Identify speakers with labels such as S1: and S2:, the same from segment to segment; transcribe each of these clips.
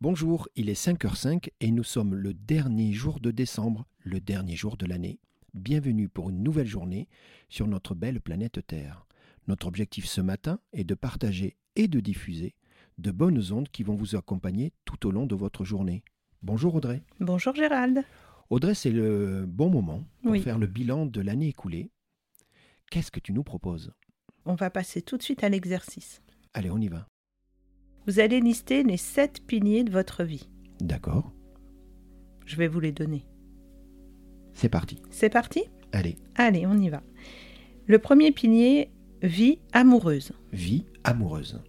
S1: Bonjour, il est 5h05 et nous sommes le dernier jour de décembre, le dernier jour de l'année. Bienvenue pour une nouvelle journée sur notre belle planète Terre. Notre objectif ce matin est de partager et de diffuser de bonnes ondes qui vont vous accompagner tout au long de votre journée. Bonjour Audrey.
S2: Bonjour Gérald.
S1: Audrey, c'est le bon moment pour
S2: Oui.
S1: faire le bilan de l'année écoulée. Qu'est-ce que tu nous proposes
S2: On va passer tout de suite à l'exercice.
S1: Allez, on y va.
S2: Vous allez lister les sept piliers de votre vie.
S1: D'accord,
S2: Je vais vous les donner.
S1: c'est parti.
S2: C'est parti
S1: Allez,
S2: Allez, on y va. Le premier pilier, vie amoureuse.
S1: vie amoureuse.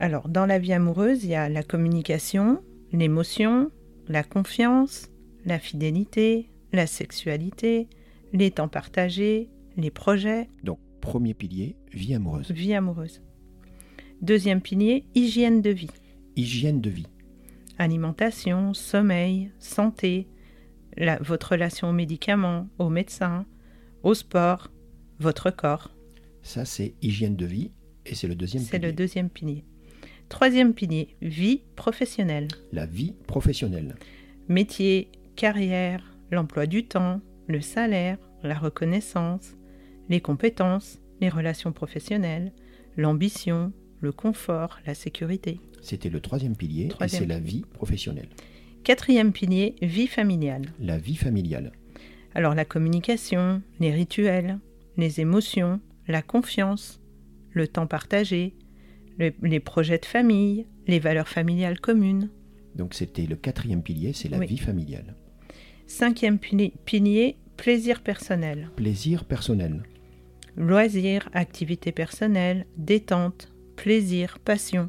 S2: Alors, dans la vie amoureuse, il y a la communication, l'émotion, la confiance, la fidélité, la sexualité, les temps partagés, les projets,
S1: Donc, premier pilier, vie amoureuse.
S2: vie amoureuse. Deuxième pilier, hygiène de vie.
S1: Hygiène de vie,
S2: alimentation, sommeil, santé, la- votre relation aux médicaments, aux médecins, au sport, votre corps.
S1: ça c'est hygiène de vie et c'est le deuxième
S2: C'est
S1: pilier.
S2: le deuxième pilier. Troisième pilier, vie professionnelle.
S1: La vie professionnelle,
S2: Métier, carrière, l'emploi du temps, le salaire, la reconnaissance, les compétences, les relations professionnelles, l'ambition, le confort, la sécurité.
S1: c'était le troisième pilier et
S2: Troisième
S1: c'est la vie professionnelle.
S2: Quatrième pilier, vie familiale.
S1: La vie familiale,
S2: Alors la communication, les rituels, les émotions, la confiance, le temps partagé, le- les projets de famille, les valeurs familiales communes.
S1: donc c'était le quatrième pilier, c'est la
S2: Oui.
S1: vie familiale.
S2: Cinquième pili- pilier, plaisir personnel.
S1: Plaisir personnel,
S2: Loisirs, activités personnelles, détente, plaisir, passion.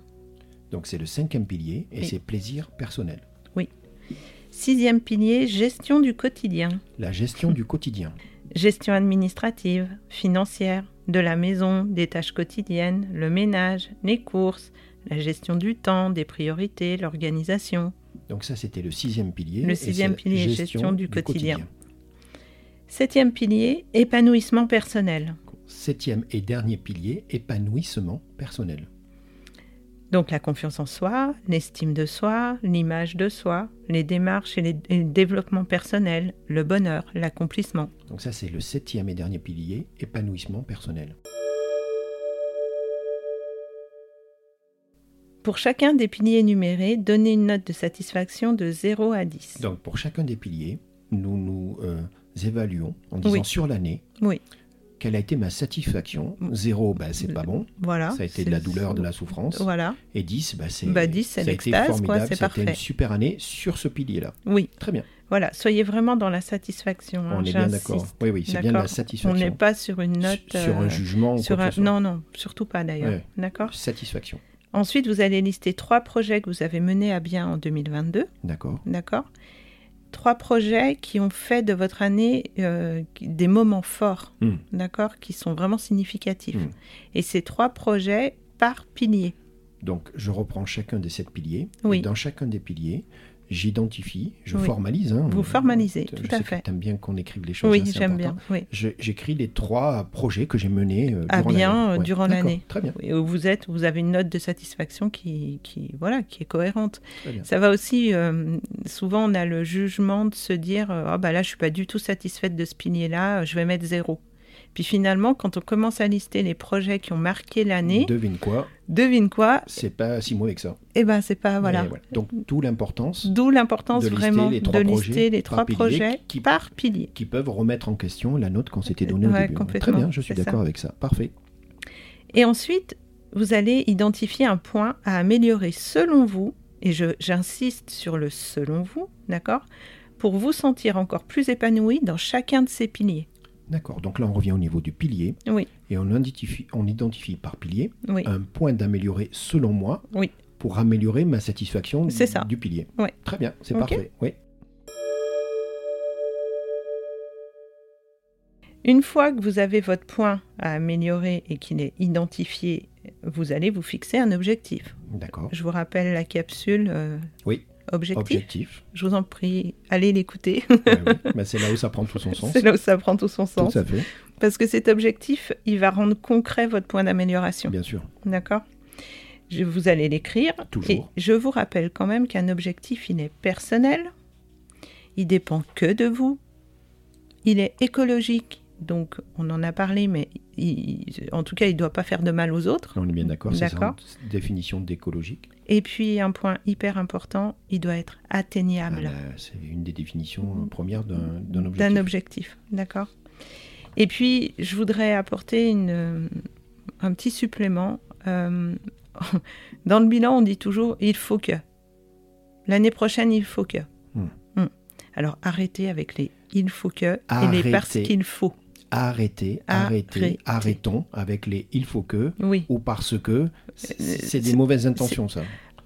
S1: donc c'est le cinquième pilier et
S2: Oui.
S1: c'est plaisir personnel.
S2: Sixième pilier, gestion du quotidien.
S1: La gestion du quotidien,
S2: Gestion administrative, financière, de la maison, des tâches quotidiennes, le ménage, les courses, la gestion du temps, des priorités, l'organisation.
S1: donc ça c'était le sixième pilier.
S2: Le
S1: et c'est
S2: sixième
S1: la
S2: pilier, gestion du quotidien. Septième pilier, épanouissement personnel.
S1: Septième et dernier pilier, épanouissement personnel.
S2: Donc la confiance en soi, l'estime de soi, l'image de soi, les démarches et, les- et le développement personnel, le bonheur, l'accomplissement.
S1: Donc ça c'est le septième et dernier pilier, épanouissement personnel.
S2: Pour chacun des piliers énumérés, donnez une note de satisfaction de 0 à 10.
S1: Donc pour chacun des piliers, nous nous euh, évaluons en disant
S2: Oui.
S1: sur l'année
S2: Oui.
S1: quelle a été ma satisfaction. 0, bah, c'est pas bon,
S2: Voilà.
S1: ça a été
S2: Ah, c'est-
S1: de la douleur, de la souffrance.
S2: Voilà,
S1: Et 10, bah, c'est
S2: Bah, 10, c'est
S1: ça a été
S2: l'extase, quoi,
S1: formidable,
S2: c'est
S1: c'était une
S2: parfait.
S1: super année sur ce pilier-là.
S2: oui,
S1: Très bien,
S2: voilà. Soyez vraiment dans la satisfaction. hein,
S1: on est bien
S2: j'insiste.
S1: d'accord. Oui, oui, c'est bien de la
S2: D'accord. On n'est
S1: satisfaction.
S2: pas sur une note.
S1: Su- sur
S2: euh,
S1: un jugement ou
S2: sur
S1: quoi
S2: un-
S1: que ce soit.
S2: Non, non, surtout pas d'ailleurs.
S1: Ouais.
S2: D'accord
S1: Satisfaction,
S2: Ensuite, vous allez lister trois projets que vous avez menés à bien en 2022,
S1: d'accord.
S2: d'accord Trois projets qui ont fait de votre année euh, qui- des moments forts,
S1: Hmm.
S2: d'accord Qui sont vraiment significatifs.
S1: Hmm.
S2: Et ces trois projets par pilier.
S1: Donc je reprends chacun des sept piliers.
S2: Oui.
S1: Et dans chacun des piliers, j'identifie, je
S2: Oui.
S1: formalise. hein.
S2: Vous formalisez,
S1: Je
S2: tout
S1: sais
S2: à
S1: que
S2: fait.
S1: T'aimes bien qu'on écrive les choses.
S2: Oui,
S1: hein, c'est
S2: j'aime
S1: important.
S2: bien. Oui.
S1: Je- J'écris les trois projets que j'ai menés euh,
S2: Ah
S1: durant
S2: bien,
S1: l'année.
S2: euh, durant
S1: D'accord,
S2: l'année.
S1: Très bien.
S2: Et où euh, vous êtes, vous avez une note de satisfaction qui, qui voilà, qui est cohérente.
S1: Très bien.
S2: Ça va aussi, euh, souvent on a le jugement de se dire, euh, ah bah là je suis pas du tout satisfaite de ce pilier-là, euh, je vais mettre zéro. Puis finalement, quand on commence à lister les projets qui ont marqué l'année,
S1: Devine quoi
S2: devine quoi
S1: C'est pas si mauvais que ça.
S2: Eh ben c'est pas
S1: Mais
S2: voilà.
S1: Donc, d'où l'importance
S2: D'où l'importance
S1: De lister
S2: vraiment
S1: les trois
S2: de
S1: projets
S2: lister les
S1: par
S2: trois
S1: pilier
S2: projets
S1: qui-
S2: par pilier.
S1: qui peuvent remettre en question la note qu'on s'était donnée au
S2: Ouais,
S1: début.
S2: complètement,
S1: Très bien, je suis
S2: c'est ça.
S1: d'accord avec ça. Parfait.
S2: Et ensuite, vous allez identifier un point à améliorer selon vous, et je- j'insiste sur le selon vous, d'accord Pour vous sentir encore plus épanoui dans chacun de ces piliers.
S1: D'accord. Donc là, on revient au niveau du pilier.
S2: Oui.
S1: Et on identifie, on identifie par pilier
S2: Oui,
S1: un point d'améliorer selon moi
S2: Oui.
S1: pour améliorer ma satisfaction
S2: C'est ça.
S1: du pilier.
S2: Ouais.
S1: Très bien, c'est
S2: Ok.
S1: parfait. Oui.
S2: Une fois que vous avez votre point à améliorer et qu'il est identifié, vous allez vous fixer un objectif.
S1: D'accord.
S2: Je vous rappelle la capsule euh,
S1: Oui.
S2: objectif.
S1: Objectif.
S2: Je vous en prie, allez l'écouter.
S1: Ouais, ouais. Bah, c'est là où ça prend tout son sens.
S2: C'est là où ça prend tout son sens.
S1: Tout à fait.
S2: Parce que cet objectif, il va rendre concret votre point d'amélioration.
S1: Bien sûr.
S2: D'accord Je- vous allez l'écrire.
S1: Toujours.
S2: Et je vous rappelle quand même qu'un objectif, il est personnel. Il dépend que de vous. Il est écologique. Donc, on en a parlé, mais il- en tout cas, il ne doit pas faire de mal aux autres.
S1: On est bien d'accord, c'est ça,
S2: D'accord.
S1: une définition d'écologique.
S2: Et puis, un point hyper important, il doit être atteignable.
S1: Ah bah, c'est une des définitions euh, premières d'un d'un objectif.
S2: d'un objectif, d'accord Et puis, je voudrais apporter une, euh, un petit supplément. Euh, dans le bilan, on dit toujours il faut que. L'année prochaine, il faut que.
S1: Hmm.
S2: Hmm. Alors, arrêtez avec les il faut que et
S1: Arrêtez.
S2: les parce qu'il faut.
S1: Arrêtez, arrêtez,
S2: Arrêtez.
S1: arrêtons avec les il faut que
S2: Oui.
S1: ou parce que. C'est
S2: Euh,
S1: c'est des
S2: c'est-
S1: mauvaises intentions, ça.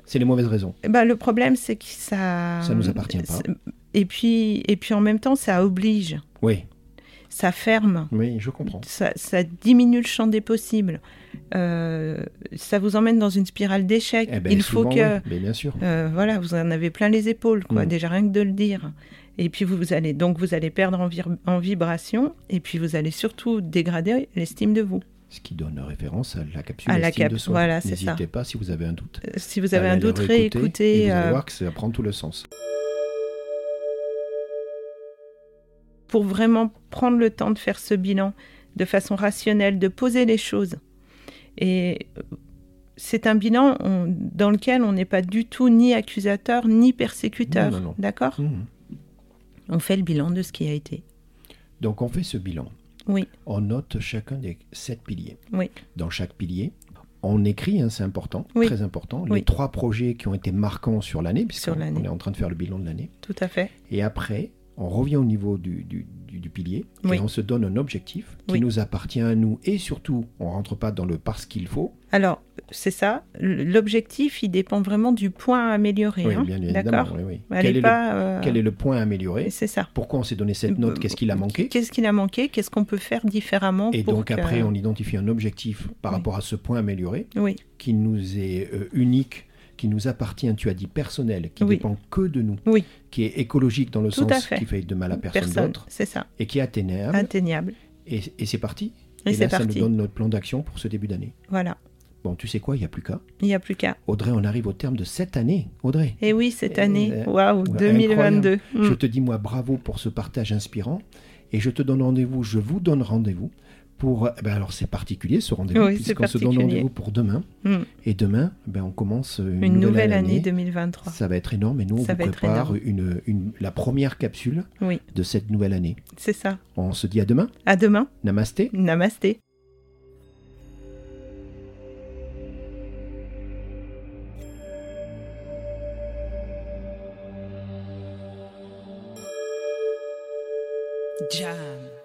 S1: C'est les mauvaises raisons.
S2: Eh ben, le problème, c'est que ça.
S1: Ça nous appartient pas.
S2: Et puis, et puis, en même temps, ça oblige,
S1: Oui,
S2: ça ferme.
S1: oui, je comprends.
S2: ça, ça diminue le champ des possibles. Euh, ça vous emmène dans une spirale d'échec.
S1: Eh ben,
S2: Il
S1: souvent,
S2: faut que,
S1: oui, Mais bien sûr.
S2: euh, voilà, vous en avez plein les épaules, quoi.
S1: Mm.
S2: Déjà rien que de le dire. Et puis vous, vous allez donc vous allez perdre en, vir- en vibration. Et puis vous allez surtout dégrader l'estime de vous.
S1: Ce qui donne référence à la capsule
S2: À la
S1: estime
S2: cap-
S1: de soi.
S2: voilà, c'est
S1: N'hésitez pas si vous avez un doute.
S2: Euh, Si vous avez
S1: à
S2: un
S1: la
S2: doute,
S1: Ah, réécouter,
S2: réécoutez.
S1: Et vous allez
S2: euh,
S1: voir que ça prend tout le sens.
S2: pour vraiment prendre le temps de faire ce bilan de façon rationnelle, de poser les choses. Et euh, c'est un bilan on- dans lequel on n'est pas du tout ni accusateur ni persécuteur.
S1: Non, non, non.
S2: D'accord
S1: Mhm.
S2: On fait le bilan de ce qui a été.
S1: Donc on fait ce bilan.
S2: Oui,
S1: On note chacun des sept piliers.
S2: oui,
S1: Dans chaque pilier, on écrit, hein, c'est important,
S2: Oui.
S1: très important, les
S2: Oui.
S1: trois projets qui ont été marquants sur l'année,
S2: Sur
S1: puisqu'on
S2: l'année.
S1: on est en train de faire le bilan de l'année.
S2: tout à fait.
S1: Et après, on revient au niveau du, du- du- du pilier
S2: Oui.
S1: et on se donne un objectif qui
S2: Oui.
S1: nous appartient à nous. Et surtout, on ne rentre pas dans le parce qu'il faut.
S2: Alors, c'est ça. L- L'objectif, il dépend vraiment du point à améliorer. hein.
S1: bien
S2: D'accord
S1: oui, oui.
S2: Elle
S1: Quel,
S2: est
S1: est
S2: pas.
S1: le,
S2: euh,
S1: quel est le point à améliorer
S2: C'est Euh, ça.
S1: Pourquoi on s'est donné cette note Qu'est-ce qu'il a manqué
S2: Qu'est-ce qu'il a manqué Qu'est-ce qu'on peut faire différemment
S1: Et
S2: pour
S1: donc
S2: que-
S1: après, on identifie un objectif par
S2: Oui.
S1: rapport à ce point amélioré
S2: Oui,
S1: qui nous est euh, unique, qui nous appartient, tu as dit personnel, qui
S2: Oui.
S1: dépend que de nous,
S2: Oui.
S1: qui est écologique dans le
S2: Tout à
S1: sens
S2: fait.
S1: qui fait de mal à personne, d'autre, Ah
S2: C'est ça.
S1: et qui est atteignable.
S2: Atteignable.
S1: et et c'est parti.
S2: Et, c'est
S1: là, ça
S2: parti.
S1: nous donne notre plan d'action pour ce début d'année.
S2: Voilà.
S1: Bon, tu sais quoi, il n'y a plus qu'à.
S2: Il n'y a plus qu'à.
S1: Audrey, on arrive au terme de cette année. Audrey,
S2: Et oui, cette
S1: Eh,
S2: année,
S1: euh,
S2: waouh,
S1: ouais,
S2: 2022. Mm.
S1: je te dis moi bravo pour ce partage inspirant et je te donne rendez-vous, je vous donne rendez-vous pour... ben alors c'est particulier ce rendez-vous,
S2: Oui, c'est
S1: puisqu'on se donne
S2: particulier.
S1: rendez-vous pour demain.
S2: Mm.
S1: Et demain, ben, on commence une,
S2: Une, nouvelle, année, 2023.
S1: Ça va être énorme et nous, on
S2: Ça
S1: vous
S2: va être
S1: prépare
S2: énorme.
S1: une, une- la première capsule
S2: Oui.
S1: de cette nouvelle année.
S2: C'est ça.
S1: On se dit à demain.
S2: À demain.
S1: Namasté.
S2: Namasté.
S3: Jam.